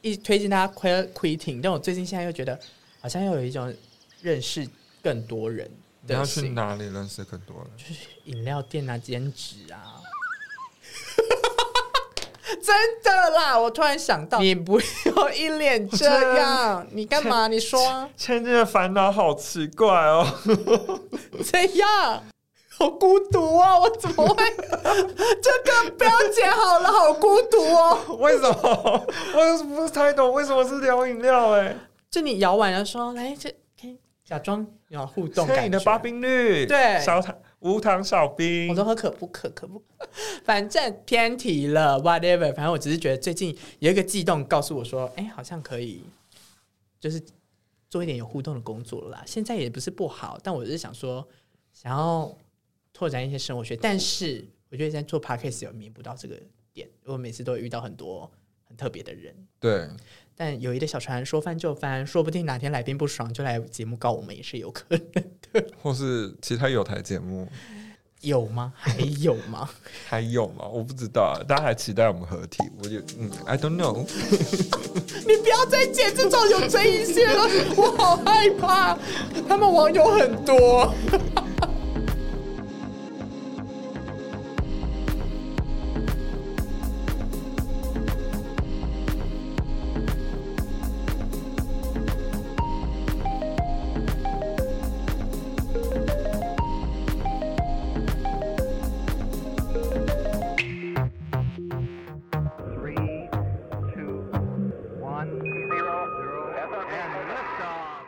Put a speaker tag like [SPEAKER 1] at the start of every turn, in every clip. [SPEAKER 1] 一直推荐大家 quit quitting，但我最近现在又觉得好像又有一种认识更多人
[SPEAKER 2] 你
[SPEAKER 1] 的
[SPEAKER 2] 要去
[SPEAKER 1] 心，
[SPEAKER 2] 哪里认识更多人？
[SPEAKER 1] 饮料店啊，兼职 啊。真的啦！我突然想到，你不要一脸这样，你干嘛？你说 啊、
[SPEAKER 2] 千金的烦恼好奇怪哦，
[SPEAKER 1] 怎样？好孤独哦！我怎么 会？这个不要剪好了，好孤独哦！
[SPEAKER 2] 为什么？我不太懂为什么是聊饮料哎、
[SPEAKER 1] 就你摇完了说，来这可以假装有互动
[SPEAKER 2] 所以
[SPEAKER 1] 感
[SPEAKER 2] 你的
[SPEAKER 1] 觉
[SPEAKER 2] 八冰绿，
[SPEAKER 1] 对
[SPEAKER 2] 少糖无糖少冰，
[SPEAKER 1] 我都喝可不可可不可，反正偏题了，whatever。反正我只是觉得最近有一个悸动告诉我说，哎、好像可以，就是做一点有互动的工作了啦。现在也不是不好，但我只是想说，想要拓展一些生活学，但是我觉得现在做 podcast 有弥补到这个点。我每次都会遇到很多很特别的人，
[SPEAKER 2] 对，
[SPEAKER 1] 但友谊的小船说翻就翻，说不定哪天来宾不爽就来节目告我们也是有可能。
[SPEAKER 2] 或是其他有台节目
[SPEAKER 1] 有吗？还有吗？
[SPEAKER 2] 还有吗？我不知道，大家还期待我们合体，我就嗯，I don't know。
[SPEAKER 1] 你不要再剪这种有争议性了，我好害怕。他们网友很多。
[SPEAKER 3] Three, two, one, zero, zero, and lift off.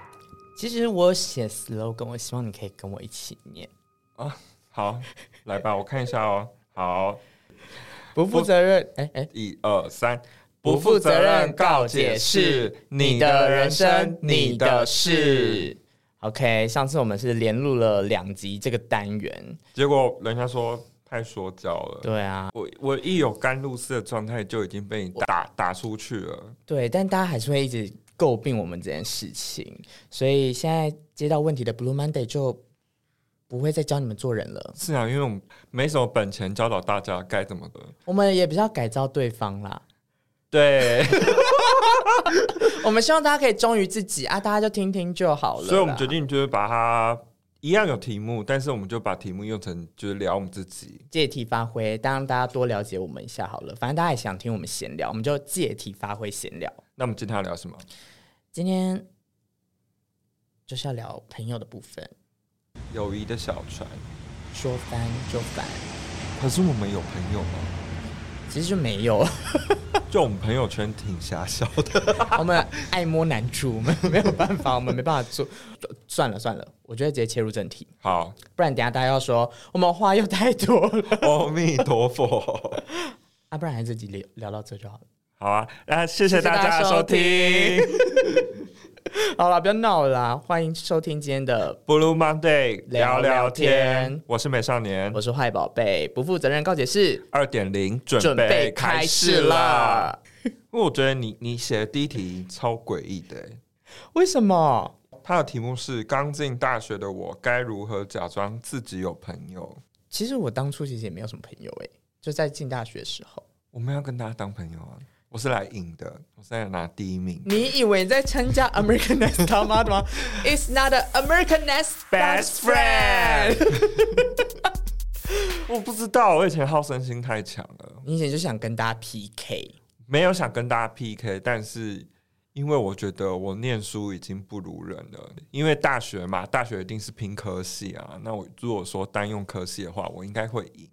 [SPEAKER 1] 其实我写 slogan，我希望你可以跟我一起念。
[SPEAKER 2] 啊，好，来吧，我看一下哦。好，
[SPEAKER 1] 不负责任，哎哎，
[SPEAKER 2] 一二三，
[SPEAKER 1] 不负责任告解释，你的人生，你的事。。OK，上次我们是连录了两集这个单元，
[SPEAKER 2] 结果人家说太说教了，
[SPEAKER 1] 对啊，
[SPEAKER 2] 我我一有甘露寺的状态就已经被你打打出去了。
[SPEAKER 1] 对，但大家还是会一直诟病我们这件事情，所以现在接到问题的 Blue Monday 就不会再教你们做人了。
[SPEAKER 2] 是啊，因为我们没什么本钱教导大家该怎么的。
[SPEAKER 1] 我们也比较改造对方啦。
[SPEAKER 2] 对，
[SPEAKER 1] 我们希望大家可以忠于自己啊，大家就听听就好了啦。
[SPEAKER 2] 所以我们决定就是把它一样有题目，但是我们就把题目用成就是聊我们自己。
[SPEAKER 1] 借题发挥，当然大家多了解我们一下好了。反正大家也想听我们闲聊，我们就借题发挥闲聊。
[SPEAKER 2] 那我们今天要聊什么？
[SPEAKER 1] 今天就是要聊朋友的部分，
[SPEAKER 2] 友谊的小船。
[SPEAKER 1] 说翻就翻，
[SPEAKER 2] 可是我们有朋友吗？
[SPEAKER 1] 其实就没有。
[SPEAKER 2] 就我们朋友圈挺狭小的。
[SPEAKER 1] 我们爱摸难处，我们没有办法，我们没办法做。算了算了，我觉得直接切入正题，
[SPEAKER 2] 好，
[SPEAKER 1] 不然等一下大家要说我们话又太多了
[SPEAKER 2] 阿弥陀佛。
[SPEAKER 1] 啊，不然还是自己聊聊到这就好了。
[SPEAKER 2] 好啊，那谢谢大家的收听
[SPEAKER 1] 谢好了，不要闹了啦，欢迎收听今天的
[SPEAKER 2] Blue Monday 聊聊
[SPEAKER 1] 聊聊
[SPEAKER 2] 天
[SPEAKER 1] 天，
[SPEAKER 2] 我是美少年
[SPEAKER 1] 我，是坏宝贝，不负责任告解室，
[SPEAKER 2] 二点零
[SPEAKER 1] 准
[SPEAKER 2] 准
[SPEAKER 1] 备
[SPEAKER 2] 备
[SPEAKER 1] 开
[SPEAKER 2] 开
[SPEAKER 1] 始
[SPEAKER 2] 始
[SPEAKER 1] 啦
[SPEAKER 2] 啦。。因为我觉得你你写的第一题超诡异的、欸，
[SPEAKER 1] 为什么？
[SPEAKER 2] 它的题目是刚进大学的我该如何假装自己有朋友？
[SPEAKER 1] 其实我当初其实也没有什么朋友诶、就在进大学的时候。
[SPEAKER 2] 我们要跟大家当朋友啊！我是来赢的，我是来拿第一名。
[SPEAKER 1] 你以为你在参 加 American Next 他妈的吗？It's not an American Next
[SPEAKER 2] Best friend 我不知道，我以前好胜心太强了，
[SPEAKER 1] 你以前就想跟大家 PK，
[SPEAKER 2] 没有想跟大家 PK，但是因为我觉得我念书已经不如人了，因为大学嘛，大学一定是拼科系啊。那我如果说单用科系的话，我应该会赢。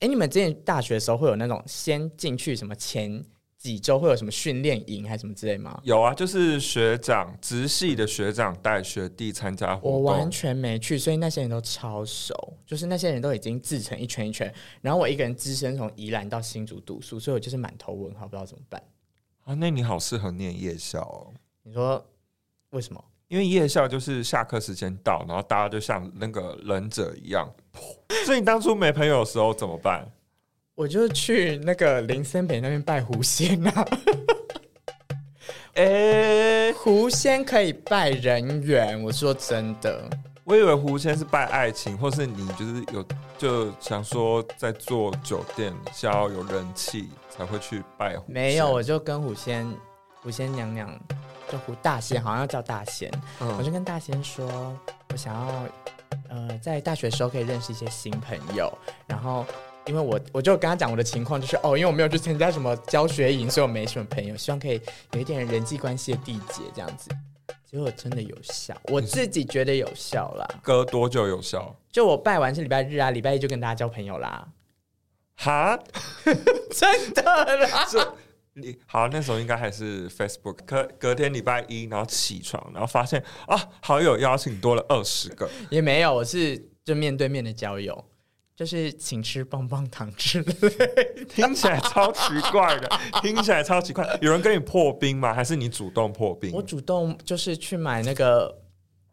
[SPEAKER 1] 哎，你们之前大学的时候会有那种先进去什么前几周会有什么训练营还是什么之类吗？
[SPEAKER 2] 有啊，就是学长直系的学长带学弟参加
[SPEAKER 1] 我
[SPEAKER 2] 活
[SPEAKER 1] 完
[SPEAKER 2] 动，
[SPEAKER 1] 全没去，所以那些人都超熟，就是那些人都已经自成一圈一圈，然后我一个人只身从宜兰到新竹读书，所以我就是满头问号，不知道怎么办。
[SPEAKER 2] 啊，那你好适合念夜校哦。
[SPEAKER 1] 你说为什么？
[SPEAKER 2] 因为夜校就是下课时间到，然后大家就像那个忍者一样。所以你当初没朋友的时候怎么办？
[SPEAKER 1] 我就去那个林森北那边拜狐仙 啊，
[SPEAKER 2] 哎、
[SPEAKER 1] 狐仙可以拜人缘，我说真的，
[SPEAKER 2] 我以为狐仙是拜爱情，或是你就是有就想说在做酒店是要有人气才会去拜狐仙。
[SPEAKER 1] 没有，我就跟狐仙，我先娘娘就胡大仙，好像叫大仙，我
[SPEAKER 2] 嗯
[SPEAKER 1] 就跟大仙说，我想要呃在大学的时候可以认识一些新朋友，然后。因为我我就跟他讲我的情况，就是哦，因为我没有去参加什么教学营，所以我没什么朋友，希望可以有一点人际关系的缔结这样子。结果真的有效，我自己觉得有效啦。
[SPEAKER 2] 隔多久有效？
[SPEAKER 1] 就我拜完是礼拜日啊，礼拜一就跟大家交朋友啦，
[SPEAKER 2] 哈，
[SPEAKER 1] 真的啦。
[SPEAKER 2] 这你好，那时候应该还是 Facebook。可隔天礼拜一，然后起床，然后发现啊，好友邀请多了二十个，
[SPEAKER 1] 也没有，我是就面对面的交友，就是请吃棒棒糖之类的。
[SPEAKER 2] 听起来超奇怪的， 听起来超奇怪。有人跟你破冰吗？还是你主动破冰
[SPEAKER 1] 我？主动就是去买那个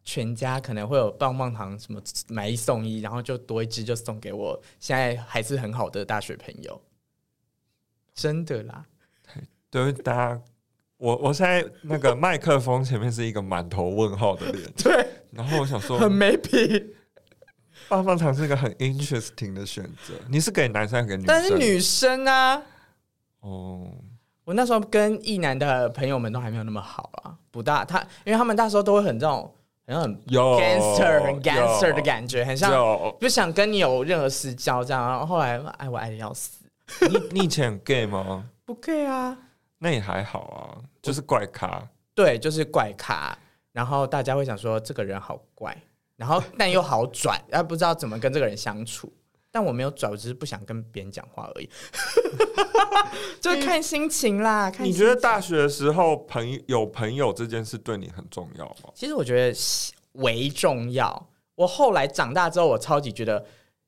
[SPEAKER 1] 全家可能会有棒棒糖，什么买一送一，然后就多一支就送给我现在还是很好的大学朋友，真的 啦。
[SPEAKER 2] 对，大家，我我现在那个麦克风前面是一个满头问号的脸，
[SPEAKER 1] 对，
[SPEAKER 2] 然后我想说，
[SPEAKER 1] 很没品，
[SPEAKER 2] 棒棒糖是一个很 interesting 的选择。你是给男生还是给女生？
[SPEAKER 1] 但是女生啊，
[SPEAKER 2] 哦，
[SPEAKER 1] 我那时候跟异男的朋友们都还没有那么好啊，不大他，因为他们那时候都会很这种，好像很
[SPEAKER 2] 哦有
[SPEAKER 1] gangster 很 gangster 的
[SPEAKER 2] 觉，
[SPEAKER 1] 感觉，很像
[SPEAKER 2] 有
[SPEAKER 1] 不想跟你有任何私交这样。然后后来，哎，我爱的要死，
[SPEAKER 2] 你你以前很 gay 吗？
[SPEAKER 1] 不 gay 啊，
[SPEAKER 2] 那也还好啊，就是怪咖。
[SPEAKER 1] 对，就是怪咖。然后大家会想说这个人好怪，然 后但又好拽，然后不知道怎么跟这个人相处。但我没有拽，我只是不想跟别人讲话而已， 就是看心情啦。看
[SPEAKER 2] 你
[SPEAKER 1] 心
[SPEAKER 2] 觉得大学的时候朋友有朋友这件事对你很重要吗？
[SPEAKER 1] 其实我觉得为重要。我后来长大之后，我超级觉得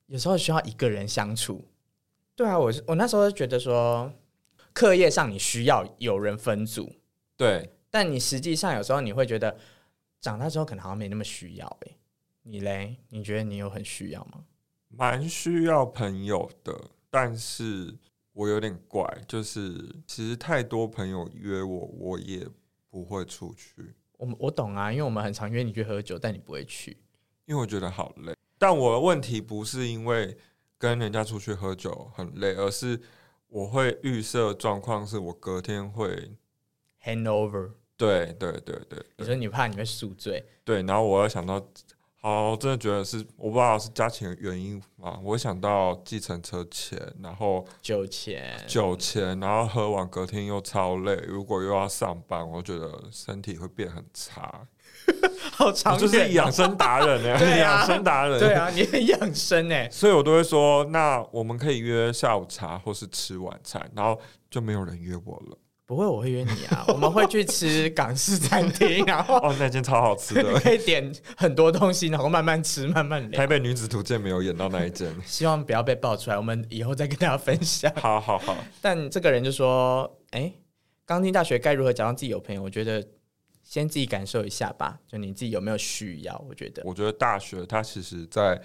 [SPEAKER 1] 有时候需要一个人相处。对啊，我是我那时候就觉得说，课业上你需要有人分组，
[SPEAKER 2] 对，
[SPEAKER 1] 但你实际上有时候你会觉得长大之后可能好像没那么需要诶、你嘞？你觉得你有很需要吗？
[SPEAKER 2] 蛮需要朋友的，但是我有点怪，就是其实太多朋友约我，我也不会出去，
[SPEAKER 1] 我们我懂啊，因为我们很常约你去喝酒，但你不会去。
[SPEAKER 2] 因为我觉得好累。但我的问题不是因为跟人家出去喝酒很累，而是我会预设状况是我隔天会，
[SPEAKER 1] Handover，
[SPEAKER 2] 对对对对
[SPEAKER 1] 你说你怕你会宿醉，
[SPEAKER 2] 对，然后我又想到，好，我真的觉得是我不知道是家庭的原因嘛，我想到计程车钱，然后
[SPEAKER 1] 酒 钱
[SPEAKER 2] 酒钱，然后喝完隔天又超累，如果又要上班，我觉得身体会变很差。
[SPEAKER 1] 好长
[SPEAKER 2] 我就是养生达人呢、
[SPEAKER 1] 对啊
[SPEAKER 2] 养生达人。
[SPEAKER 1] 对，啊，你很养生哎、
[SPEAKER 2] 所以我都会说，那我们可以约下午茶或是吃晚餐，然后就没有人约我了。
[SPEAKER 1] 不会，我会约你啊。我们会去吃港式餐厅， 然后
[SPEAKER 2] 哦，那间超好吃
[SPEAKER 1] 你
[SPEAKER 2] 的，
[SPEAKER 1] 可以点很多东西，然后慢慢吃，慢慢聊
[SPEAKER 2] 台。北女子图鉴没有演到那一间。
[SPEAKER 1] 希望不要被爆出来，我们以后再跟大家分享。
[SPEAKER 2] 好好好，
[SPEAKER 1] 但这个人就说：“哎，刚进大学该如何假装自己有朋友？我觉得先自己感受一下吧，就你自己有没有需要？我觉得
[SPEAKER 2] 我觉得大学它其实在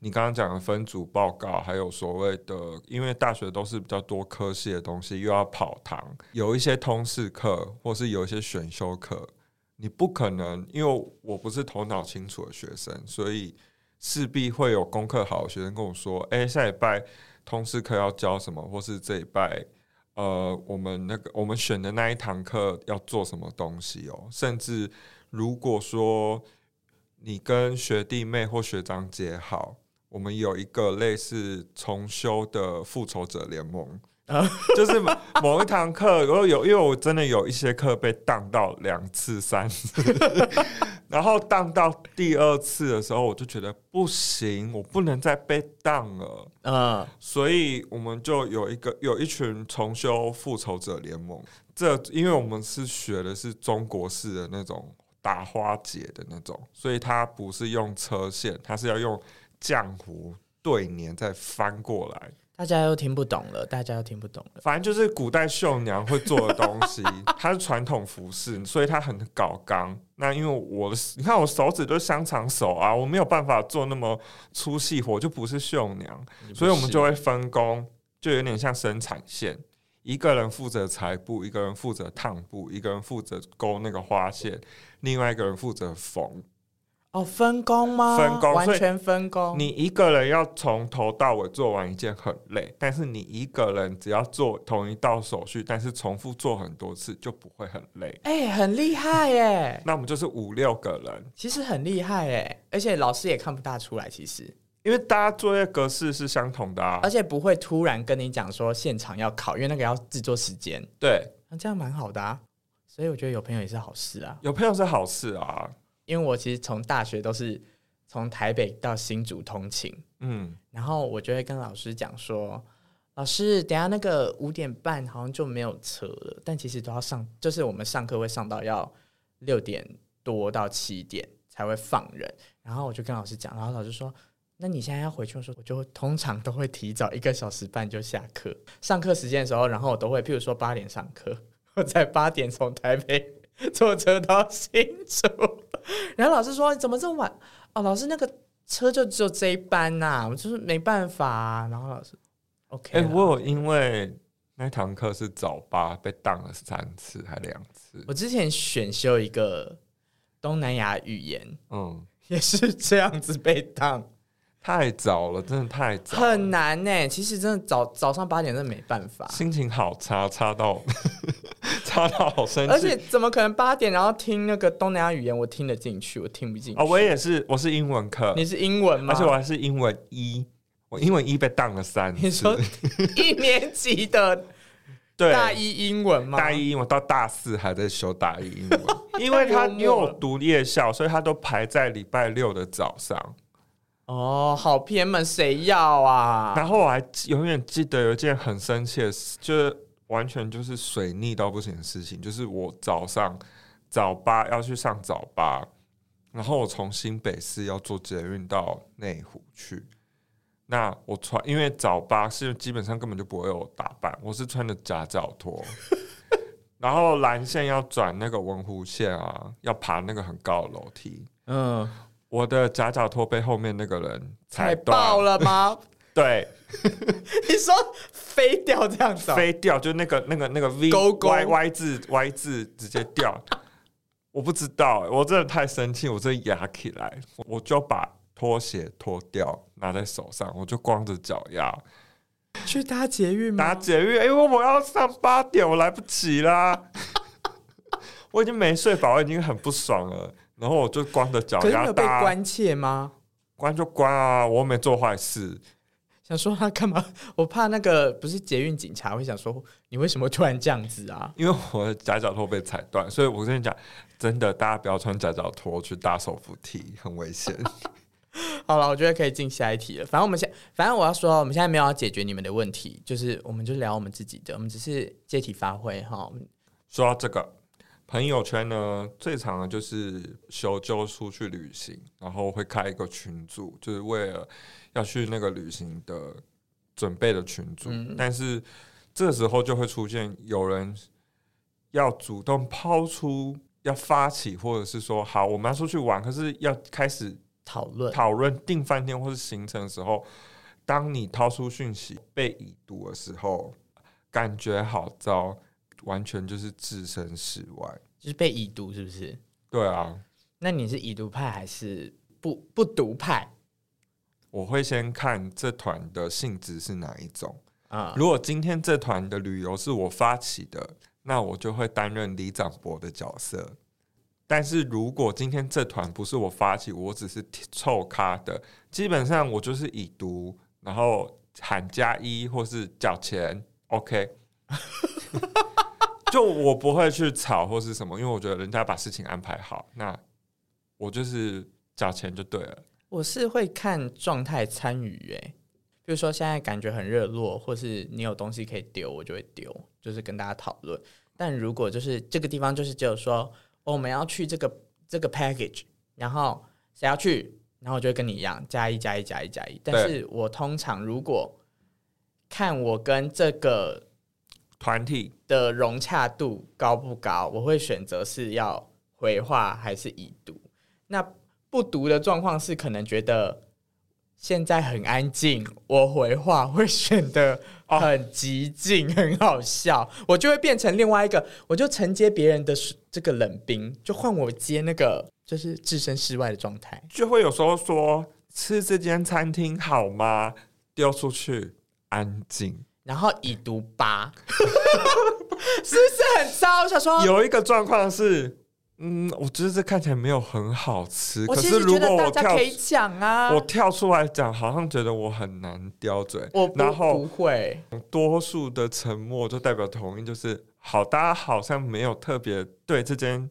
[SPEAKER 2] 你刚刚讲的分组报告，还有所谓的，因为大学都是比较多科系的东西，又要跑堂，有一些通识课，或是有一些选修课，你不可能，因为我不是头脑清楚的学生，所以势必会有功课好的学生跟我说，哎、下礼拜通识课要教什么，或是这礼拜。呃，我们那个我们选的那一堂课要做什么东西哦？甚至如果说你跟学弟妹或学长姐好，我们有一个类似重修的复仇者联盟
[SPEAKER 1] 啊。
[SPEAKER 2] 就是某某一堂课，然后有，因为我真的有一些课被当到两次、三次，然后当到第二次的时候，我就觉得不行，我不能再被当了，
[SPEAKER 1] 嗯，
[SPEAKER 2] 所以我们就有一个有一群重修复仇者联盟。这因为我们是学的是中国式的那种打花节的那种，所以它不是用车线，它是要用浆糊对粘再翻过来。
[SPEAKER 1] 大家又听不懂了，大家又听不懂了。
[SPEAKER 2] 反正就是古代绣娘会做的东西，它是传统服饰，所以它很搞刚。那因为我的，你看我手指都是香肠手啊，我没有办法做那么粗细活，我就不是绣娘，
[SPEAKER 1] 你不
[SPEAKER 2] 所以我们
[SPEAKER 1] 是
[SPEAKER 2] 就会分工，就有点像生产线，一个人负责裁布，一个人负责烫布，一个人负责勾那个花线，另外一个人负责缝。
[SPEAKER 1] 哦，分工吗？
[SPEAKER 2] 分工
[SPEAKER 1] 完
[SPEAKER 2] 所以
[SPEAKER 1] 全分工。
[SPEAKER 2] 你一个人要从头到尾做完一件很累，但是你一个人只要做同一道手续，但是重复做很多次就不会很累。
[SPEAKER 1] 哎、很厉害耶！
[SPEAKER 2] 那我们就是五六个人，
[SPEAKER 1] 其实很厉害耶，而且老师也看不大出来，其实，
[SPEAKER 2] 因为大家作业格式是相同的啊
[SPEAKER 1] 而。且不会突然跟你讲说现场要考，因为那个要制作时间，
[SPEAKER 2] 对，
[SPEAKER 1] 那这样蛮好的啊。所以我觉得有朋友也是好事啊，
[SPEAKER 2] 有朋友是好事啊。
[SPEAKER 1] 因为我其实从大学都是从台北到新竹通勤，
[SPEAKER 2] 嗯，
[SPEAKER 1] 然后我就会跟老师讲说，老师，等一下那个五点半好像就没有车了，但其实都要上，就是我们上课会上到要六点多到七点才会放人。然后我就跟老师讲，然后老师说。那你现在要回去，我说我就通常都会提早一个小时半就下课。上课时间的时候，然后我都会，譬如说八点上课，我在八点从台北 坐车到新竹。然后老师说：“你怎么这么晚？”哦，老师那个车就只有这一班呐、我就是没办法啊、然后老师，OK，
[SPEAKER 2] 哎、
[SPEAKER 1] 啦、
[SPEAKER 2] 我有因为那堂课是早八，被当了三次还两次。
[SPEAKER 1] 我之前选修一个东南亚语言，
[SPEAKER 2] 嗯，
[SPEAKER 1] 也是这样子被当，
[SPEAKER 2] 太早了，真的太早了，
[SPEAKER 1] 很难呢、欸其实真的早早上八点真的没办法，
[SPEAKER 2] 心情好差，差到 差到好生气。
[SPEAKER 1] 而且怎么可能八点然后听那个东南亚语言？我听得进去，我听不进去。
[SPEAKER 2] 啊、我也是，我是英文课，
[SPEAKER 1] 你是英文吗？
[SPEAKER 2] 而且我还是英文一，我英文一被当了三次。
[SPEAKER 1] 你说 一年级的
[SPEAKER 2] 对，
[SPEAKER 1] 大一英文吗？
[SPEAKER 2] 大一英文到大四还在修大一英文， 因为他
[SPEAKER 1] 太幽默
[SPEAKER 2] 因为我
[SPEAKER 1] 了
[SPEAKER 2] 读夜校，所以他都排在礼拜六的早上。
[SPEAKER 1] 哦，好偏门，谁要啊？
[SPEAKER 2] 然后我还记永远记得有一件很生气的事，就是完全就是水逆到不行的事情，就是我早上早八要去上早八，然后我从新北市要坐捷运到内湖去。那我穿，因为早八是基本上根本就不会有打扮，我是穿的夹脚拖，然后蓝线要转那个文湖线啊，要爬那个很高的楼梯，
[SPEAKER 1] 嗯，
[SPEAKER 2] 我的夹脚拖被后面那个人
[SPEAKER 1] 太
[SPEAKER 2] 踩断
[SPEAKER 1] 爆，了吗？
[SPEAKER 2] 对，
[SPEAKER 1] 你说飞掉这样子哦、
[SPEAKER 2] 飞掉，就那个那个那个 V
[SPEAKER 1] 勾勾
[SPEAKER 2] Y Y 字 Y 字直接掉。 我不知道、欸我真的太生气，我真的压起来，我就把拖鞋脱掉，拿在手上，我就光着脚丫
[SPEAKER 1] 嗯去搭捷运
[SPEAKER 2] 拿
[SPEAKER 1] 吗？
[SPEAKER 2] 捷运，因为我要上八点，我来不及啦。 我已经没睡饱，我已经很不爽了，然后我就光着脚
[SPEAKER 1] 可是没
[SPEAKER 2] 丫
[SPEAKER 1] 有被
[SPEAKER 2] 搭，
[SPEAKER 1] 关切吗？
[SPEAKER 2] 关就关啊，我又没做坏事。
[SPEAKER 1] 想说他干嘛？我怕那个不是捷运警察会想说你为什么突然这样子啊？
[SPEAKER 2] 因为我的夹脚拖被踩断，所以我跟你讲，真的，大家不要穿夹脚拖去搭手扶梯，很危险。
[SPEAKER 1] 好了，我觉得可以进下一题了。反正我们现，反正我要说，我们现在没有要解决你们的问题，就是我们就聊我们自己的，我们只是借题发挥哈。
[SPEAKER 2] 说到这个朋友圈呢，最常的就是修就出去旅行，然后会开一个群组，就是为了要去那个旅行的准备的群组。
[SPEAKER 1] 嗯
[SPEAKER 2] 但是这时候就会出现有人要主动抛出。要发起，或者是说好，我们要出去玩，可是要开始
[SPEAKER 1] 讨论
[SPEAKER 2] 讨论订饭店或是行程的时候，当你掏出讯息被已读的时候，感觉好糟，完全就是置身事外。
[SPEAKER 1] 就是被已读是不是？
[SPEAKER 2] 对啊，
[SPEAKER 1] 那你是已读派还是不不读派
[SPEAKER 2] 我会先看这团的性质是哪一种。
[SPEAKER 1] 啊？
[SPEAKER 2] 如果今天这团的旅游是我发起的，那我就会担任李长博的角色。但是如果今天这团不是我发起，我只是凑咖的，基本上我就是已读，然后喊加一或是缴钱，OK。就我不会去吵或是什么，因为我觉得人家把事情安排好，那我就是缴钱就对了。
[SPEAKER 1] 我是会看状态参与，哎，比如说现在感觉很热络，或是你有东西可以丢，我就会丢，就是跟大家讨论。但如果就是这个地方就是只有说、哦我们要去这个这个 package，然后谁要去，然后我就会跟你一样加一加一加一加一。但是我通常如果看我跟这个
[SPEAKER 2] 团体
[SPEAKER 1] 的融洽度高不高，我会选择是要回话还是已读。那不读的状况是可能觉得现在很安静，我回话会选 的
[SPEAKER 2] 哦
[SPEAKER 1] 很激进、 很好笑，我就会变成另外一个，我就承接别人的这个冷冰，就换我接那个。就是置身事外的状态。
[SPEAKER 2] 就会有时候说吃这间餐厅好吗？丢出去安静。
[SPEAKER 1] 然后已读八，是不是很糟？我想说，
[SPEAKER 2] 有一个状况是，嗯，我觉得这看起来没有很好吃，
[SPEAKER 1] 我
[SPEAKER 2] 可
[SPEAKER 1] 其
[SPEAKER 2] 是
[SPEAKER 1] 实觉
[SPEAKER 2] 如
[SPEAKER 1] 得
[SPEAKER 2] 果
[SPEAKER 1] 大
[SPEAKER 2] 我
[SPEAKER 1] 家
[SPEAKER 2] 跳
[SPEAKER 1] 可以讲啊，
[SPEAKER 2] 我跳出来讲，好像觉得我很难叼嘴。
[SPEAKER 1] 我不
[SPEAKER 2] 然
[SPEAKER 1] 不
[SPEAKER 2] 后
[SPEAKER 1] 会，
[SPEAKER 2] 多数的沉默就代表同意，就是好，大家好像没有特别对这间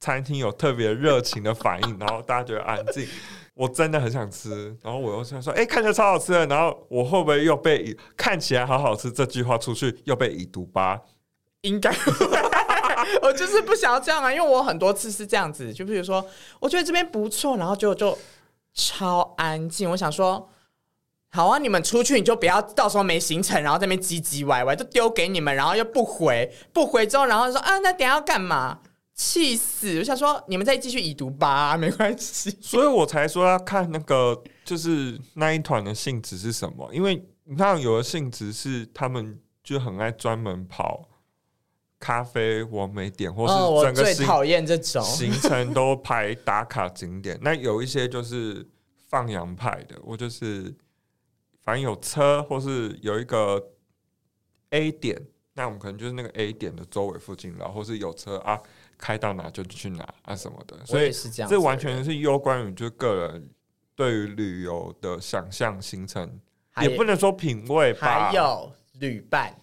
[SPEAKER 2] 餐厅有特别热情的反应，然后大家觉得安静。我真的很想吃，然后我又想说，哎、看起来超好吃的，然后我会不会又被以看起来好好吃这句话出去又被已读吧？
[SPEAKER 1] 应该 会。我就是不想要这样啊，因为我很多次是这样子，就比如说，我觉得这边不错，然后结果就超安静。我想说，好啊，你们出去你就不要到时候没行程，然后在那边唧唧歪歪，就丢给你们，然后又不回，不回之后，然后就说啊，那等一下要干嘛？气死！我想说，你们再继续已读吧，没关系。
[SPEAKER 2] 所以我才说要看那个，就是那一团的性质是什么。因为你看，有的性质是他们就很爱专门跑咖啡我没点，或
[SPEAKER 1] 哦，
[SPEAKER 2] 是
[SPEAKER 1] 我
[SPEAKER 2] 整个
[SPEAKER 1] 最
[SPEAKER 2] 行、
[SPEAKER 1] 讨厌这种。
[SPEAKER 2] 行程都排打卡景点。那有一些就是放羊派的，我就是反正有车或是有一个 A 点，那我们可能就是那个 A 点的周围附近，然后或是有车啊，开到哪就去哪啊什么的。
[SPEAKER 1] 我
[SPEAKER 2] 所以
[SPEAKER 1] 也是这样子的
[SPEAKER 2] 这
[SPEAKER 1] 人，
[SPEAKER 2] 完全是攸关于就是个人对于旅游的想象形成，
[SPEAKER 1] 还
[SPEAKER 2] 也不能说品味吧。
[SPEAKER 1] 还有旅伴。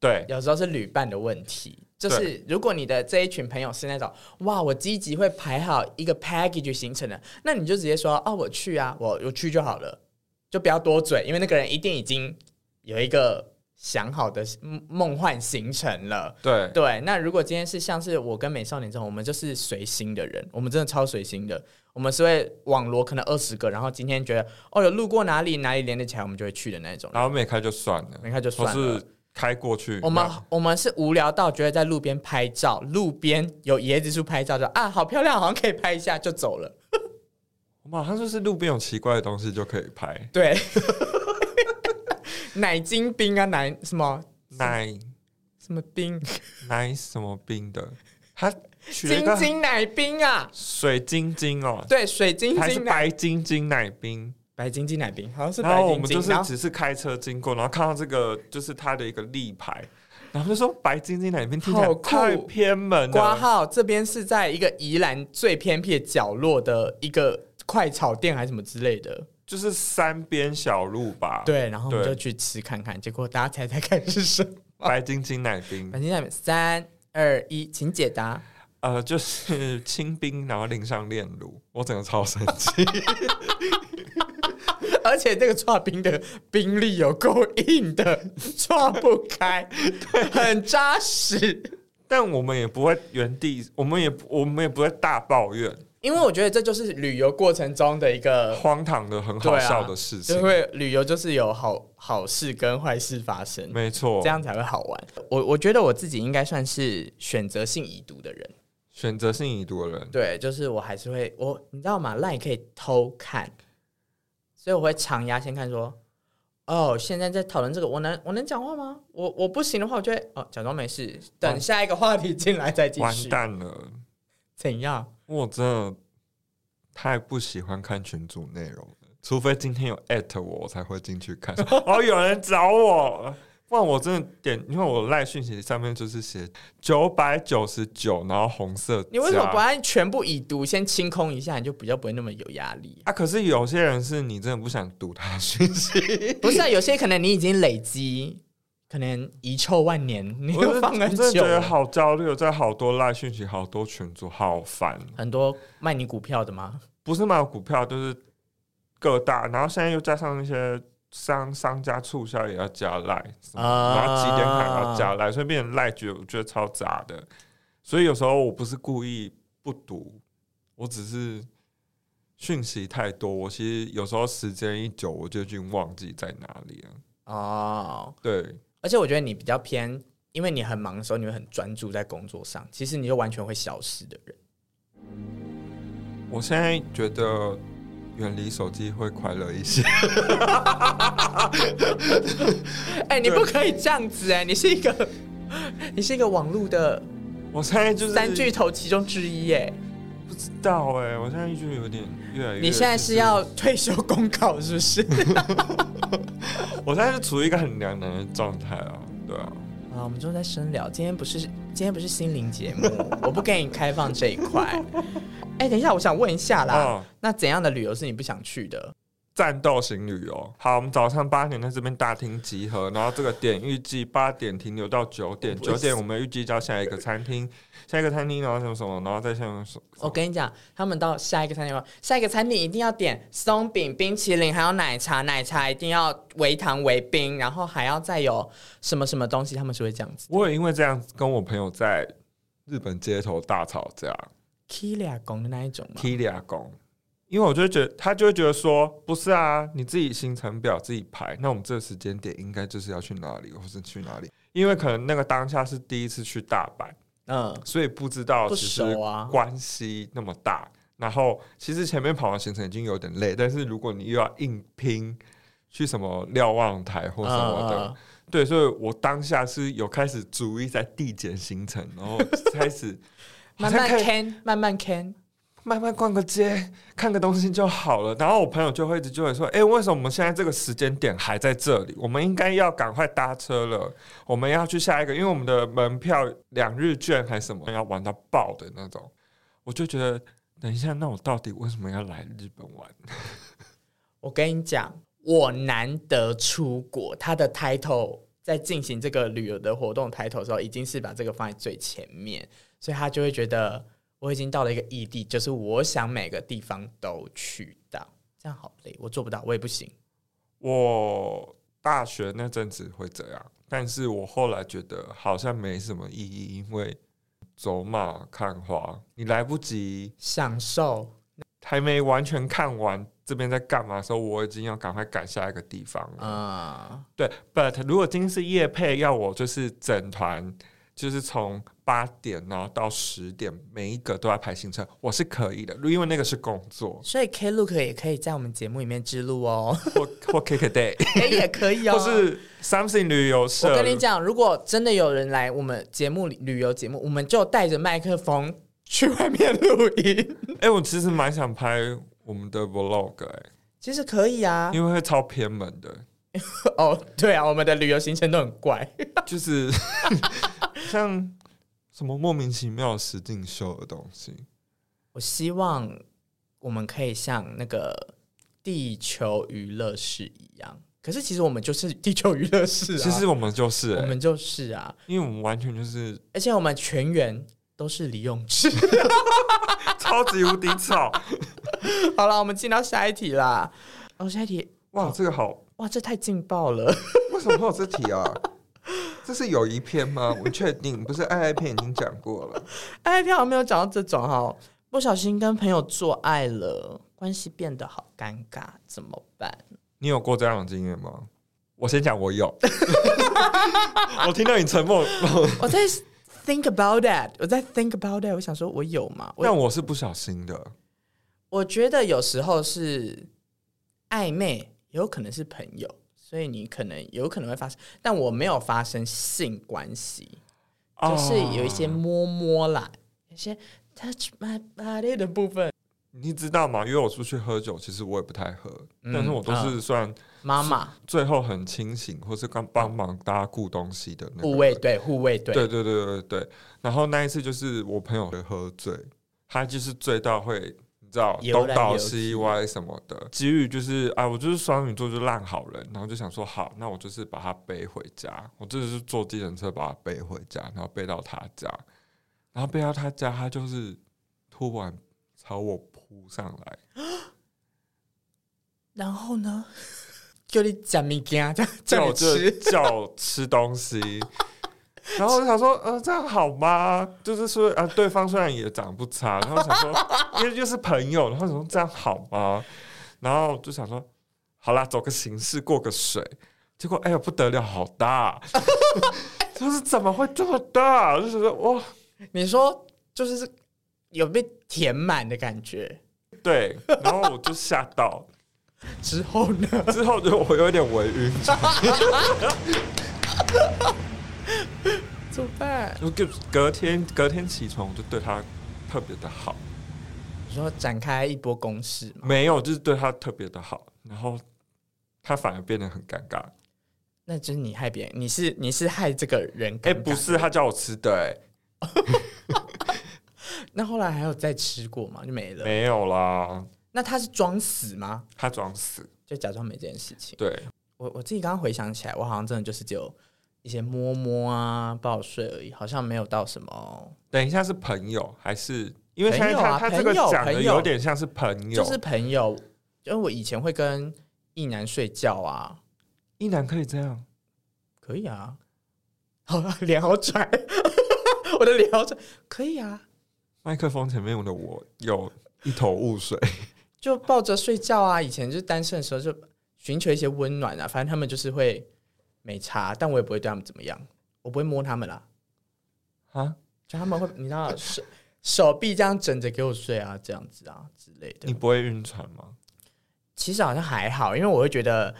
[SPEAKER 2] 对，
[SPEAKER 1] 有时候是旅伴的问题。就是如果你的这一群朋友是那种哇，我积极会排好一个 package 行程的，那你就直接说哦，我去啊，我我去就好了，就不要多嘴，因为那个人一定已经有一个想好的梦梦幻行程了。
[SPEAKER 2] 对，
[SPEAKER 1] 对，那如果今天是像是我跟美少年这种，我们就是随心的人，我们真的超随心的，我们是会网罗可能二十个，然后今天觉得哦有路过哪里哪里连得起来，我们就会去的那种人。
[SPEAKER 2] 然后没开就算了，
[SPEAKER 1] 没开就算了
[SPEAKER 2] 或是开过去，
[SPEAKER 1] 我们我们是无聊到觉得在路边拍照，路边有椰子树拍照就啊好漂亮，好像可以拍一下就走 了。
[SPEAKER 2] 我马上就是路边有奇怪的东西就可以拍，
[SPEAKER 1] 对，奶精冰啊奶什么
[SPEAKER 2] 奶
[SPEAKER 1] 什么冰，
[SPEAKER 2] 奶什么冰的，它取了一
[SPEAKER 1] 晶
[SPEAKER 2] 个
[SPEAKER 1] 晶奶冰啊，
[SPEAKER 2] 水晶晶哦，
[SPEAKER 1] 对，水晶
[SPEAKER 2] 还是
[SPEAKER 1] 晶奶
[SPEAKER 2] 白晶晶奶冰。
[SPEAKER 1] 白晶晶奶冰，好像是
[SPEAKER 2] 然
[SPEAKER 1] 白
[SPEAKER 2] 后我
[SPEAKER 1] 晶
[SPEAKER 2] 们
[SPEAKER 1] 晶
[SPEAKER 2] 就，是
[SPEAKER 1] 然后
[SPEAKER 2] 只是开车经过，然后看到这个就是它的一个立牌，然后就说白晶晶奶冰听起
[SPEAKER 1] 好
[SPEAKER 2] 来
[SPEAKER 1] 酷
[SPEAKER 2] 太偏门
[SPEAKER 1] 挂
[SPEAKER 2] 了。
[SPEAKER 1] 号这边是在一个宜兰最偏僻的角落的一个快炒店还是什么之类的，
[SPEAKER 2] 就是山边小路吧。，
[SPEAKER 1] 对，然后我们
[SPEAKER 2] 对
[SPEAKER 1] 就去吃看看，结果大家猜猜看是什 么？
[SPEAKER 2] 白晶晶奶冰
[SPEAKER 1] 白，晶晶奶冰，三二一，请解答。
[SPEAKER 2] 呃，就是清冰，然后淋上炼乳，我整个超生气。
[SPEAKER 1] 而且这个抓冰的冰力有够硬的，抓不开，很扎实。
[SPEAKER 2] 但我们也不会原地，我们也不我们也不会大抱怨，
[SPEAKER 1] 因为我觉得这就是旅游过程中的一个
[SPEAKER 2] 荒唐的很
[SPEAKER 1] 对
[SPEAKER 2] 好
[SPEAKER 1] 啊
[SPEAKER 2] 笑的事情
[SPEAKER 1] 就。会旅游就是有好好事跟坏事发生，
[SPEAKER 2] 没错
[SPEAKER 1] 这，样才会好玩。我我觉得我自己应该算是选择性已读的人，
[SPEAKER 2] 选择性已读的人，
[SPEAKER 1] 对，就是我还是会我你知道吗？赖可以偷看，所以我会长压先看说。哦，现在在讨论这个，我能我能讲话吗？我我不行的话，我就会哦假装没事，等
[SPEAKER 2] 完
[SPEAKER 1] 下一个话题进来再继
[SPEAKER 2] 完
[SPEAKER 1] 续。
[SPEAKER 2] 蛋了，
[SPEAKER 1] 怎样？
[SPEAKER 2] 我真的太不喜欢看群组内容了，除非今天有艾特我，我才会进去 看。哦，有人找我，不然我真的点，因为我赖讯息上面就是写九百九十九，然后红色加。
[SPEAKER 1] 你为什么不按全部已读，先清空一下，你就比较不会那么有压力？
[SPEAKER 2] 啊？可是有些人是你真的不想读他讯息，
[SPEAKER 1] 不是、啊，有些可能你已经累积，可能遗臭万年，你
[SPEAKER 2] 我
[SPEAKER 1] 又
[SPEAKER 2] 是
[SPEAKER 1] 放
[SPEAKER 2] 我
[SPEAKER 1] 很
[SPEAKER 2] 真的
[SPEAKER 1] 久
[SPEAKER 2] 觉得
[SPEAKER 1] 了。
[SPEAKER 2] 好焦虑，在好多赖讯息，好多群组，好烦。
[SPEAKER 1] 很多卖你股票的吗？
[SPEAKER 2] 不是买股票，就是各大，然后现在又加上那些商商家促销也要加赖，什么
[SPEAKER 1] 啊
[SPEAKER 2] 然后几点卡也要加赖，所以变成赖觉得我觉得超杂的。所以有时候我不是故意不读，我只是讯息太多，我其实有时候时间一久，我就已经忘记在哪里了。
[SPEAKER 1] 哦，
[SPEAKER 2] 对，
[SPEAKER 1] 而且我觉得你比较偏，因为你很忙的时候，你会很专注在工作上，其实你就完全会消失的人。
[SPEAKER 2] 我现在觉得远离手机会快乐一些。
[SPEAKER 1] 哎、你不可以这样子哎、你是一 个，你是一个网络的
[SPEAKER 2] 我现在就是
[SPEAKER 1] 三巨头其中之一哎、
[SPEAKER 2] 不知道哎、我现在就有点越来越……
[SPEAKER 1] 你现在是要退休公考是不 是？
[SPEAKER 2] 我现在是处于一个很两难的状态啊，对啊，
[SPEAKER 1] 啊，我们就在深聊，今天不是今天不是心灵节目， 我不给你开放这一 块。哎、等一下，我想问一下啦，
[SPEAKER 2] 嗯
[SPEAKER 1] 那怎样的旅游是你不想去的？
[SPEAKER 2] 战斗型旅游。好，我们早上八点在这边大厅集合，然后这个点预计八点停留到九点，九点我们预计到下一个餐厅，下一个餐厅然后什么什么，然后再下面什么
[SPEAKER 1] 我跟你讲，他们到下一个餐厅，下一个餐厅一定要点松饼、冰淇淋，还有奶茶，奶茶一定要微糖微冰，然后还要再有什么什么东西，他们是会这样子。
[SPEAKER 2] 我也因为这样子跟我朋友在日本街头大吵架
[SPEAKER 1] k i l a 公的那一种吗？
[SPEAKER 2] k i l i a 公，因为我就会觉得他就会觉得说，不是啊，你自己行程表自己排，那我们这个时间点应该就是要去哪里，或是去哪里，因为可能那个当下是第一次去大阪，
[SPEAKER 1] 嗯，
[SPEAKER 2] 所以不知道
[SPEAKER 1] 不
[SPEAKER 2] 其实
[SPEAKER 1] 熟啊
[SPEAKER 2] 关系那么大。然后其实前面跑完行程已经有点累，但是如果你又要硬拼去什么瞭望台或什么
[SPEAKER 1] 嗯
[SPEAKER 2] 的，
[SPEAKER 1] 嗯
[SPEAKER 2] 对，所以我当下是有开始逐一在递减行程，然后 开始好
[SPEAKER 1] 慢
[SPEAKER 2] 像
[SPEAKER 1] 慢
[SPEAKER 2] 可以
[SPEAKER 1] can，慢慢 can。
[SPEAKER 2] 慢慢逛个街，看个东西就好了。然后我朋友就会一直就会说：“哎、为什么我们现在这个时间点还在这里？我们应该要赶快搭车了，我们要去下一个，因为我们的门票两日券还是什么要玩到爆的那种。”我就觉得，等一下，那我到底为什么要来日本玩？
[SPEAKER 1] 我跟你讲，我难得出国，他的 title 在进行这个旅游的活动 title 的时候，已经是把这个放在最前面，所以他就会觉得我已经到了一个异地，就是我想每个地方都去到，这样好累，我做不到，我也不行。
[SPEAKER 2] 我大学那阵子会这样，但是我后来觉得好像没什么意义，因为走马看花，你来不及
[SPEAKER 1] 享受
[SPEAKER 2] 还没完全看完这边在干嘛的时候，我已经要赶快赶下一个地方了。
[SPEAKER 1] 啊、，
[SPEAKER 2] 对，but 如果今天是夜配，要我就是整团，就是从八点然后到十点，每一个都要排行程，我是可以的，因为那个是工作
[SPEAKER 1] 所以 K Look 也可以在我们节目里面之路哦，
[SPEAKER 2] 或或 K K Day，
[SPEAKER 1] 哎 也可以哦，
[SPEAKER 2] 或是 Something 旅游社。
[SPEAKER 1] 我跟你讲，如果真的有人来我们节目里旅游节目，我们就带着麦克风去外面录音，
[SPEAKER 2] 哎、我其实蛮想拍我们的 vlog 哎、
[SPEAKER 1] 其实可以啊。
[SPEAKER 2] 因为会超偏门的，
[SPEAKER 1] 哦，对啊，我们的旅游行程都很怪。
[SPEAKER 2] 就是 像什么莫名其妙实境秀的东西。
[SPEAKER 1] 我希望我们可以像那个地球娱乐室一样，可是其实我们就是地球娱乐室啊，
[SPEAKER 2] 其实我们就是、欸，
[SPEAKER 1] 我们就是啊，
[SPEAKER 2] 因为我们完全就是
[SPEAKER 1] 而且我们全员都是李永志。
[SPEAKER 2] 超级无敌吵。
[SPEAKER 1] 好了，我们进到下一题啦。哦，下一题，
[SPEAKER 2] 哇，这个好，
[SPEAKER 1] 哇，这太劲爆了。
[SPEAKER 2] 为什么会有这题啊？这是友谊篇吗？我确定不是爱爱篇已经讲过了。
[SPEAKER 1] 爱票没有讲到这种哈，不小心跟朋友做爱了，关系变得好尴尬，怎么办？
[SPEAKER 2] 你有过这样的经验吗？我先讲，我 有。我听到你沉默，
[SPEAKER 1] 我在 think about that，我在 think about that，我想说我有吗？
[SPEAKER 2] 但
[SPEAKER 1] 我
[SPEAKER 2] 我是不小心的。
[SPEAKER 1] 我觉得有时候是暧昧，也有可能是朋友，所以你可能有可能会发生，但我没有发生性关系，就是有一些
[SPEAKER 2] 哦
[SPEAKER 1] 摸摸啦，有一些 touch my body 的部分。
[SPEAKER 2] 你知道吗？约我出去喝酒，其实我也不太喝，
[SPEAKER 1] 嗯
[SPEAKER 2] 但是我都是算
[SPEAKER 1] 妈妈
[SPEAKER 2] 最后很清醒，或是刚帮忙大家顾东西的那个
[SPEAKER 1] 护
[SPEAKER 2] 人
[SPEAKER 1] 卫队，护卫队，
[SPEAKER 2] 对对对对对。然后那一次就是我朋友喝醉，他就是醉到会你知道
[SPEAKER 1] 游
[SPEAKER 2] 东
[SPEAKER 1] 来
[SPEAKER 2] 倒
[SPEAKER 1] 游
[SPEAKER 2] 西
[SPEAKER 1] 去
[SPEAKER 2] 歪什么的。基于就是啊，我就是双鱼座就是烂好人，然后就想说好，那我就是把他背回家，我这是坐计程车把他背回家，然后背到他家，然后背到他家，他就是突然朝我扑上来。
[SPEAKER 1] 然后呢， 叫你讲物件，叫
[SPEAKER 2] 叫
[SPEAKER 1] 叫
[SPEAKER 2] 我
[SPEAKER 1] 你
[SPEAKER 2] 就
[SPEAKER 1] 吃，
[SPEAKER 2] 叫我吃东西。然后我就想说，呃，这样好吗？就是说，啊、对方虽然也长不差，然后想说，因为就是朋友，然后想说这样好吗？然后就想说，好啦，走个形式，过个水。结果，哎呀，不得了，好大！ 就是怎么会这么大？就是说，哇，
[SPEAKER 1] 你说就是有被填满的感觉。
[SPEAKER 2] 对。然后我就吓到，
[SPEAKER 1] 之后 呢，
[SPEAKER 2] 之后就我有点微晕，
[SPEAKER 1] 怎么办？
[SPEAKER 2] 我就隔天隔天起床，我就对他特别的好。
[SPEAKER 1] 你说展开一波攻势嘛？
[SPEAKER 2] 没有，就是对他特别的好，然后他反而变得很尴尬。
[SPEAKER 1] 那就是你害别人，你是你是害这个人。
[SPEAKER 2] 哎、不，是，他叫我吃的、
[SPEAKER 1] 那后来还有再吃过吗？就没
[SPEAKER 2] 哎，
[SPEAKER 1] 了。
[SPEAKER 2] 没有啦，
[SPEAKER 1] 那他是装死吗？
[SPEAKER 2] 他装死。
[SPEAKER 1] 就假装没这件事情。
[SPEAKER 2] 对，
[SPEAKER 1] 我我自己刚刚回想起来，我好像真的就是只有一些摸摸啊、抱睡而已，好像没有到什么，
[SPEAKER 2] 等一下是朋友还是？因为
[SPEAKER 1] 朋
[SPEAKER 2] 现
[SPEAKER 1] 友
[SPEAKER 2] 在他、
[SPEAKER 1] 啊
[SPEAKER 2] 他这个
[SPEAKER 1] 朋友
[SPEAKER 2] 讲的
[SPEAKER 1] 朋友
[SPEAKER 2] 有点像是朋友，
[SPEAKER 1] 就是朋友。因为我以前会跟一男睡觉啊，
[SPEAKER 2] 一男可以这样，
[SPEAKER 1] 可以啊。好，脸好拽， 我的脸好拽，可以啊，
[SPEAKER 2] 麦克风前面的我有一头 雾水。
[SPEAKER 1] 就抱着睡觉啊。以前就是单身的时候，就寻求一些温暖啊。反正他们就是会没差，但我也不会对他们怎么样，我不会摸他们啦。
[SPEAKER 2] 啊，
[SPEAKER 1] 就他们会，你知道手手臂这样枕着给我睡啊，这样子啊之类的
[SPEAKER 2] 你。不会晕船吗？
[SPEAKER 1] 其实好像还好，因为我会觉得，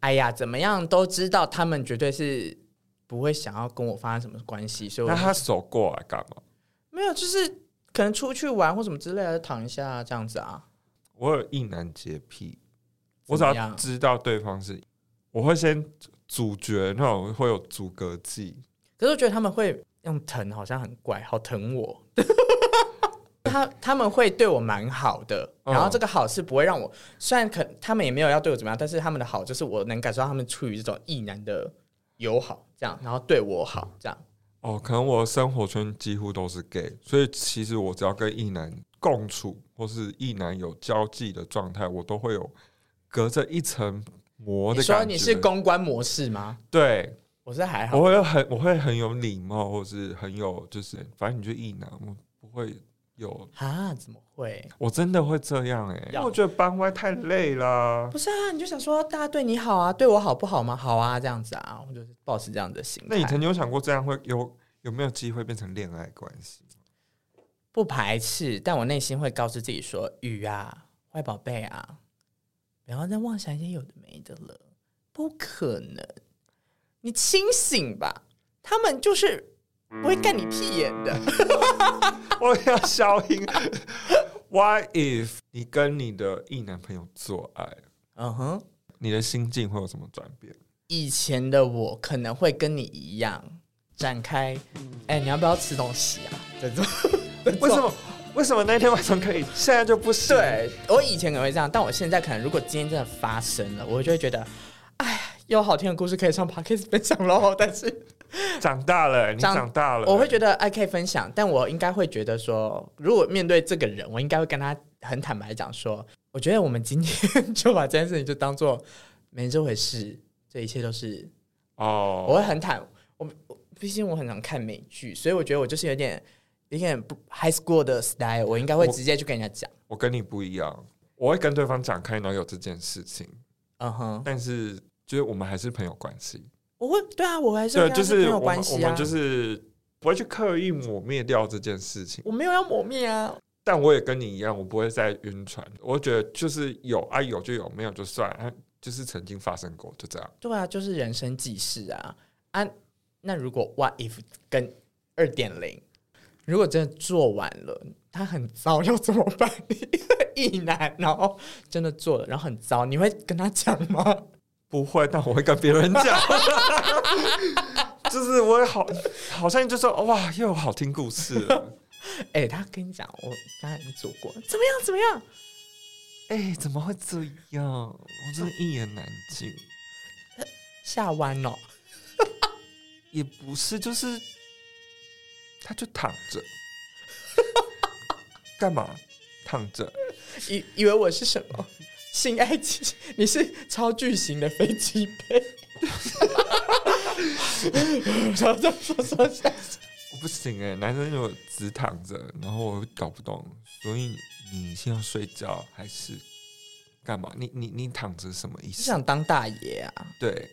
[SPEAKER 1] 哎呀，怎么样都知道他们绝对是不会想要跟我发生什么关系，所以我
[SPEAKER 2] 那
[SPEAKER 1] 就
[SPEAKER 2] 他手过来干嘛？
[SPEAKER 1] 没有，就是可能出去玩或什么之类的，躺一下这样子啊。
[SPEAKER 2] 我有一男洁癖，
[SPEAKER 1] 怎
[SPEAKER 2] 我只
[SPEAKER 1] 么样
[SPEAKER 2] 要知道对方是，我会先阻绝那种会有阻隔剂。
[SPEAKER 1] 可是我觉得他们会用疼，好像很怪，好疼我。 他他们会对我蛮好的，
[SPEAKER 2] 嗯
[SPEAKER 1] 然后这个好是不会让我，虽然可他们也没有要对我怎么样，但是他们的好就是我能感受到他们出于这种意男的友好，这样，然后对我好，这样。
[SPEAKER 2] 哦，可能我的生活圈几乎都是 gay，所以其实我只要跟异男共处，或是异男有交际的状态，我都会有隔着一层膜
[SPEAKER 1] 你
[SPEAKER 2] 的
[SPEAKER 1] 说
[SPEAKER 2] 感觉。
[SPEAKER 1] 你是公关模式吗？
[SPEAKER 2] 对，
[SPEAKER 1] 我是还好
[SPEAKER 2] 我，会有很我会很有礼貌，或是很有就是，反正你就异男，我不会有，
[SPEAKER 1] 啊？怎么会？
[SPEAKER 2] 我真的会这样哎、欸，因为
[SPEAKER 1] 要
[SPEAKER 2] 我觉得班外太累啦。
[SPEAKER 1] 不是啊，你就想说大家对你好啊，对我好不好吗？好啊，这样子啊，我就是保持这样的心
[SPEAKER 2] 那你
[SPEAKER 1] 态，
[SPEAKER 2] 曾经有想过这样会有有没有机会变成恋爱关系？
[SPEAKER 1] 不排斥，但我内心会告诉自己说：雨啊，坏宝贝啊，不要再妄想一些有的没的了，不可能，你清醒吧，他们就是不会干你屁眼的。
[SPEAKER 2] 我要消音。What if 你跟你的异男朋友做爱，
[SPEAKER 1] 嗯哼，
[SPEAKER 2] 你的心境会有什么转变？
[SPEAKER 1] 以前的我可能会跟你一样展开，哎、你要不要吃东西啊？这种。
[SPEAKER 2] 为什么？为什么那天晚上可以，现在就不行？
[SPEAKER 1] 对我以前可能会这样，但我现在可能如果今天真的发生了，我就会觉得，哎，有好听的故事可以上 podcast 分享喽。但是
[SPEAKER 2] 长大了、你
[SPEAKER 1] 长
[SPEAKER 2] 长大了、
[SPEAKER 1] 我会觉得，哎，可以分享，但我应该会觉得说，如果面对这个人，我应该会跟他很坦白讲说，我觉得我们今天就把这件事情就当做没这回事，这一切都是，我
[SPEAKER 2] 哦，
[SPEAKER 1] 会很坦，我我毕竟我很常看美剧，所以我觉得我就是有点有点不 high school 的 style，我应该会
[SPEAKER 2] 我
[SPEAKER 1] 直接去跟人家讲，
[SPEAKER 2] 我跟你不一样，我会跟对方展开然后有这件事情，
[SPEAKER 1] 嗯哼，
[SPEAKER 2] 但是就是我们还是朋友关系。
[SPEAKER 1] 我会对啊，我还是会跟
[SPEAKER 2] 对，就
[SPEAKER 1] 他
[SPEAKER 2] 是
[SPEAKER 1] 朋
[SPEAKER 2] 我
[SPEAKER 1] 友
[SPEAKER 2] 们
[SPEAKER 1] 关系
[SPEAKER 2] 我
[SPEAKER 1] 啊，
[SPEAKER 2] 们就是不会去刻意抹灭掉这件事情。
[SPEAKER 1] 我没有要抹灭啊。
[SPEAKER 2] 但我也跟你一样，我不会再晕船。我觉得就是有啊，有就有，没有就算，啊、就是曾经发生过，就这样。
[SPEAKER 1] 对啊，就是人生即视啊啊！那如果 what if 跟二点零，如果真的做完了，他很糟， 要怎么办？一男，然后哦真的做了，然后很糟，你会跟他讲吗？
[SPEAKER 2] 不会，但我会跟别人讲。 就是我也好，好像就说哇，又有好听故事 了。
[SPEAKER 1] 哎、他跟你讲，我刚才已经做过了，怎么样？怎么样？
[SPEAKER 2] 哎、怎么会这样？我真的一言难尽。
[SPEAKER 1] 下弯哦，
[SPEAKER 2] 也不是，就是他就躺 着，干嘛？躺着。
[SPEAKER 1] 以以为我是什么性爱机？ 你是超巨型的飞机杯？ 然后就说说下去。
[SPEAKER 2] 我不行哎、男生如果只躺着，然后我搞不懂，所以你先要睡觉还是干嘛？你你你躺着什么意
[SPEAKER 1] 是
[SPEAKER 2] 思？
[SPEAKER 1] 想当大爷啊？
[SPEAKER 2] 对，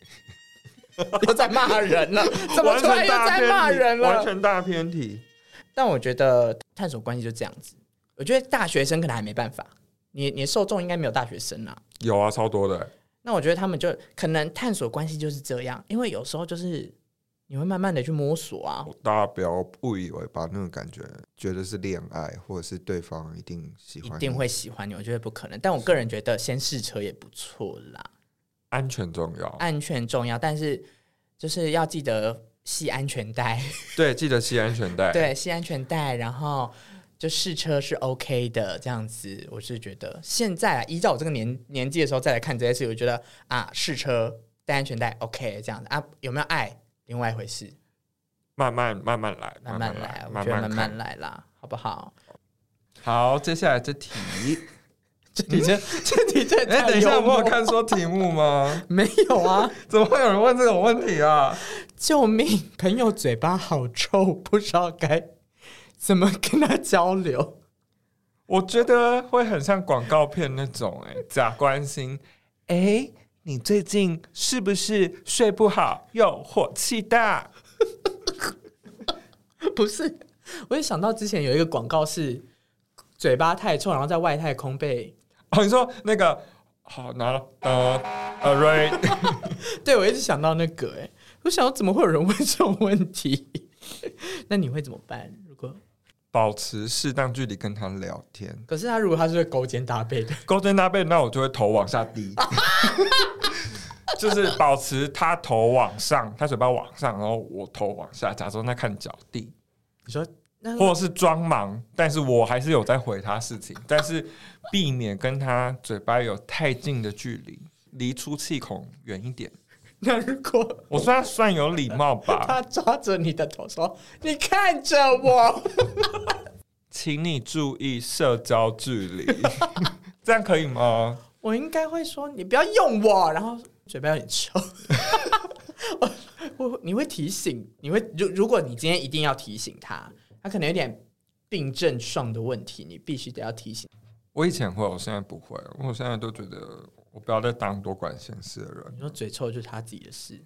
[SPEAKER 1] 又在骂人 了，怎么
[SPEAKER 2] 完
[SPEAKER 1] 突然
[SPEAKER 2] 全
[SPEAKER 1] 又
[SPEAKER 2] 大
[SPEAKER 1] 在
[SPEAKER 2] 偏
[SPEAKER 1] 骂
[SPEAKER 2] 题，
[SPEAKER 1] 人
[SPEAKER 2] 完
[SPEAKER 1] 了？
[SPEAKER 2] 全大偏题。
[SPEAKER 1] 但我觉得探索关系就这样子。我觉得大学生可能还没办法，你你的受众应该没有大学生啊。
[SPEAKER 2] 有啊，超多的、
[SPEAKER 1] 那我觉得他们就可能探索关系就是这样，因为有时候就是你会慢慢的去摸索啊。
[SPEAKER 2] 我大家不要误以为把那种感觉觉得是恋爱，或者是对方一定喜
[SPEAKER 1] 一
[SPEAKER 2] 欢你，
[SPEAKER 1] 定会喜欢你，我觉得不可能。但我个人觉得先试车也不错啦，
[SPEAKER 2] 安全重要。
[SPEAKER 1] 安全重要，但是就是要记得系安全带，
[SPEAKER 2] 对，记得系安全带。，
[SPEAKER 1] 对，系安全带，然后就试车是 OK 的，这样子，我是觉得现在啊，依照我这个年年纪的时候再来看这件事，我觉得啊，试车戴安全带 OK 这样子啊，有没有爱另外一回事，
[SPEAKER 2] 慢慢慢慢来，
[SPEAKER 1] 慢慢
[SPEAKER 2] 慢
[SPEAKER 1] 来，
[SPEAKER 2] 来，
[SPEAKER 1] 我觉得慢
[SPEAKER 2] 看
[SPEAKER 1] 慢来啦，好不好？
[SPEAKER 2] 好，接下来这 题，
[SPEAKER 1] 这你这 这你这
[SPEAKER 2] 哎、
[SPEAKER 1] 太
[SPEAKER 2] 等一下，
[SPEAKER 1] 幽
[SPEAKER 2] 我
[SPEAKER 1] 默
[SPEAKER 2] 有看错题目吗？
[SPEAKER 1] 没有啊？
[SPEAKER 2] 怎么会有人问这种问题啊？
[SPEAKER 1] 救命！朋友嘴巴好臭，不知道该怎么跟他交流。
[SPEAKER 2] 我觉得会很像广告片那种、哎，假关心，哎、你最近是不是睡不好又火气大？
[SPEAKER 1] 不是，我也想到之前有一个广告是嘴巴太臭，然后在外太空被……
[SPEAKER 2] 哦，你说那个好拿了，呃呃，Ray，
[SPEAKER 1] 对我一直想到那个、哎，我想怎么会有人问这种问题？ 那你会怎么办？如果
[SPEAKER 2] 保持适当距离跟他聊天。
[SPEAKER 1] 可是他如果他是会勾肩搭背的，
[SPEAKER 2] 勾肩搭背，那我就会头往下低， 就是保持他头往上，他嘴巴往上，然后我头往下，假装在看脚地，
[SPEAKER 1] 你说那
[SPEAKER 2] 或者是装忙，但是我还是有在回他事情，但是避免跟他嘴巴有太近的距离，离出气孔远一点。
[SPEAKER 1] 那如果
[SPEAKER 2] 我算算有礼貌 吧，
[SPEAKER 1] 他抓着你的头说：“你看着我。
[SPEAKER 2] 请你注意社交距 离，这样可以吗？”
[SPEAKER 1] 我应该会说：“你不要用我。”然后嘴巴有点臭。 我你会提醒，你会如如果你今天一定要提醒他，他可能有点病症上的问题，你必须得要提醒。
[SPEAKER 2] 我以前会，我现在不会，我现在都觉得我不要再当多管闲事的人。
[SPEAKER 1] 你说嘴臭就是他自己的事，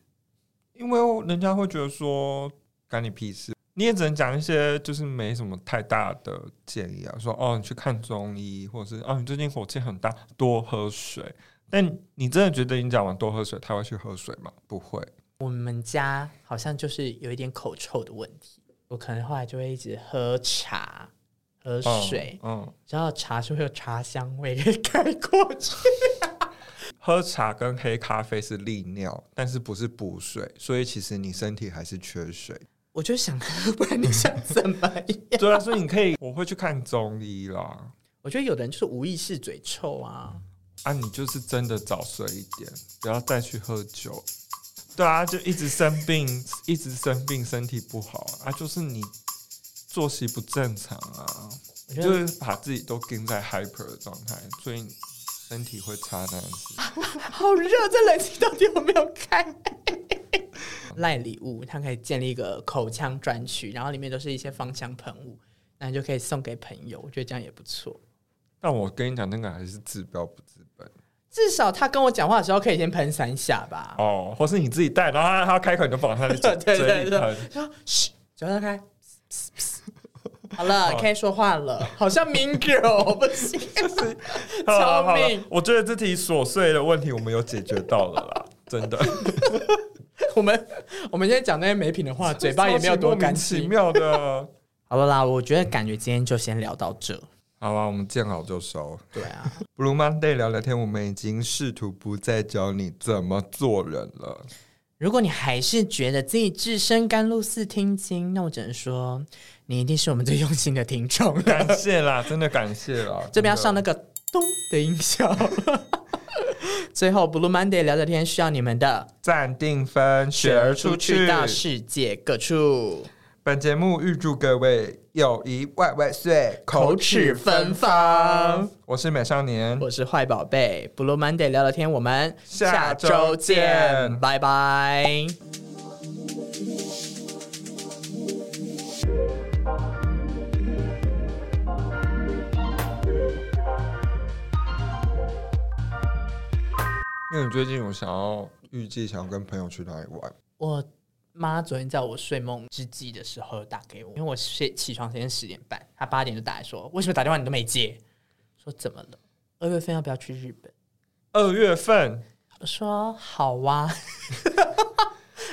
[SPEAKER 2] 因为人家会觉得说干你屁事，你也只能讲一些就是没什么太大的建议啊，说哦你去看中医，或者是哦你最近火气很大，多喝水。但你真的觉得你讲完多喝水，他会去喝水吗？不会。
[SPEAKER 1] 我们家好像就是有一点口臭的问题，我可能后来就会一直喝茶、喝
[SPEAKER 2] 嗯
[SPEAKER 1] 水，
[SPEAKER 2] 嗯，
[SPEAKER 1] 然后茶是会有茶香味给盖过去。
[SPEAKER 2] 喝茶跟黑咖啡是利尿，但是不是补水，所以其实你身体还是缺水。
[SPEAKER 1] 我就想 喝，不然你想怎么样？
[SPEAKER 2] 对啊，所以你可以，我会去看中医啦。
[SPEAKER 1] 我觉得有的人就是无意识嘴臭啊。
[SPEAKER 2] 啊，你就是真的早睡一点，不要再去喝酒。对啊，就一直生病，一直生病，身体不好啊，就是你作息不正常啊，
[SPEAKER 1] 我觉得
[SPEAKER 2] 就是把自己都跟在 hyper 的状态，所以身体会差那样子。
[SPEAKER 1] 好热，这冷气到底有没有开？ 赖礼物，它可以建立一个口腔专区，然后里面都是一些芳香喷雾，那你就可以送给朋友，我觉得这样也不错。
[SPEAKER 2] 但我跟你讲，那个还是治标不治本
[SPEAKER 1] 至少他跟我讲话的时候可以先喷三下吧。
[SPEAKER 2] 哦，或是你自己带，然后他他开口你就放他的 嘴
[SPEAKER 1] 对对
[SPEAKER 2] 嘴里
[SPEAKER 1] 对
[SPEAKER 2] 喷。，
[SPEAKER 1] 说嘘，嘴巴张开， 好了，可以说话 了，好像 mean girl 不 行，
[SPEAKER 2] 好了好
[SPEAKER 1] 救
[SPEAKER 2] 了
[SPEAKER 1] 命，！
[SPEAKER 2] 我觉得这题琐碎的问题我们有解决到了啦，真的。
[SPEAKER 1] 我们我们现在讲那些没品的 话， 嘴巴也没有多干
[SPEAKER 2] 莫名其
[SPEAKER 1] 净。
[SPEAKER 2] 妙的。
[SPEAKER 1] 好了啦，我觉得感觉今天就先聊到这。
[SPEAKER 2] 好吧，我们见好就收。
[SPEAKER 1] 对啊。
[SPEAKER 2] Blue Monday 聊聊天，我们已经试图不再教你怎么做人了。
[SPEAKER 1] 如果你还是觉得自己置身甘露寺听经，那我只能说，你一定是我们最用心的听众了。
[SPEAKER 2] 感谢啦， 真的感谢啦。
[SPEAKER 1] 这边要上
[SPEAKER 2] 真
[SPEAKER 1] 那
[SPEAKER 2] 的
[SPEAKER 1] 个咚的音 效。最后，Blue Monday 聊聊天需要你们的
[SPEAKER 2] 暂定分，学而出去。
[SPEAKER 1] 到世界各处，
[SPEAKER 2] 本节目预祝各位友谊万万岁，
[SPEAKER 1] 口齿芬。芳。
[SPEAKER 2] 我是美少年，
[SPEAKER 1] 我是坏宝贝，Blue Monday 聊聊天，我们
[SPEAKER 2] 下周
[SPEAKER 1] 周见，
[SPEAKER 2] 见
[SPEAKER 1] 拜拜。
[SPEAKER 2] 因为最近我想要预计想要跟朋友去哪里玩，
[SPEAKER 1] 我妈昨天在我睡梦之际的时候打给我，因为我睡起床时间十点半，她八点就打来说，为什么打电话你都没接？说怎么了？二月份要不要去日本？
[SPEAKER 2] 二月份
[SPEAKER 1] 我说好啊。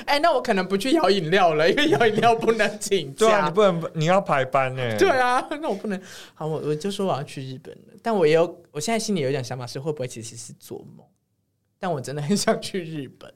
[SPEAKER 1] 哎、那我可能不去摇饮料了，因为摇饮料不能请
[SPEAKER 2] 对啊，
[SPEAKER 1] 假
[SPEAKER 2] 你。不能你要排班欸呢、
[SPEAKER 1] 对啊，那我不能。好，我我就说我要去日本了，但我也有，我现在心里有点想法是，会不会其实是做梦？但我真的很想去日本。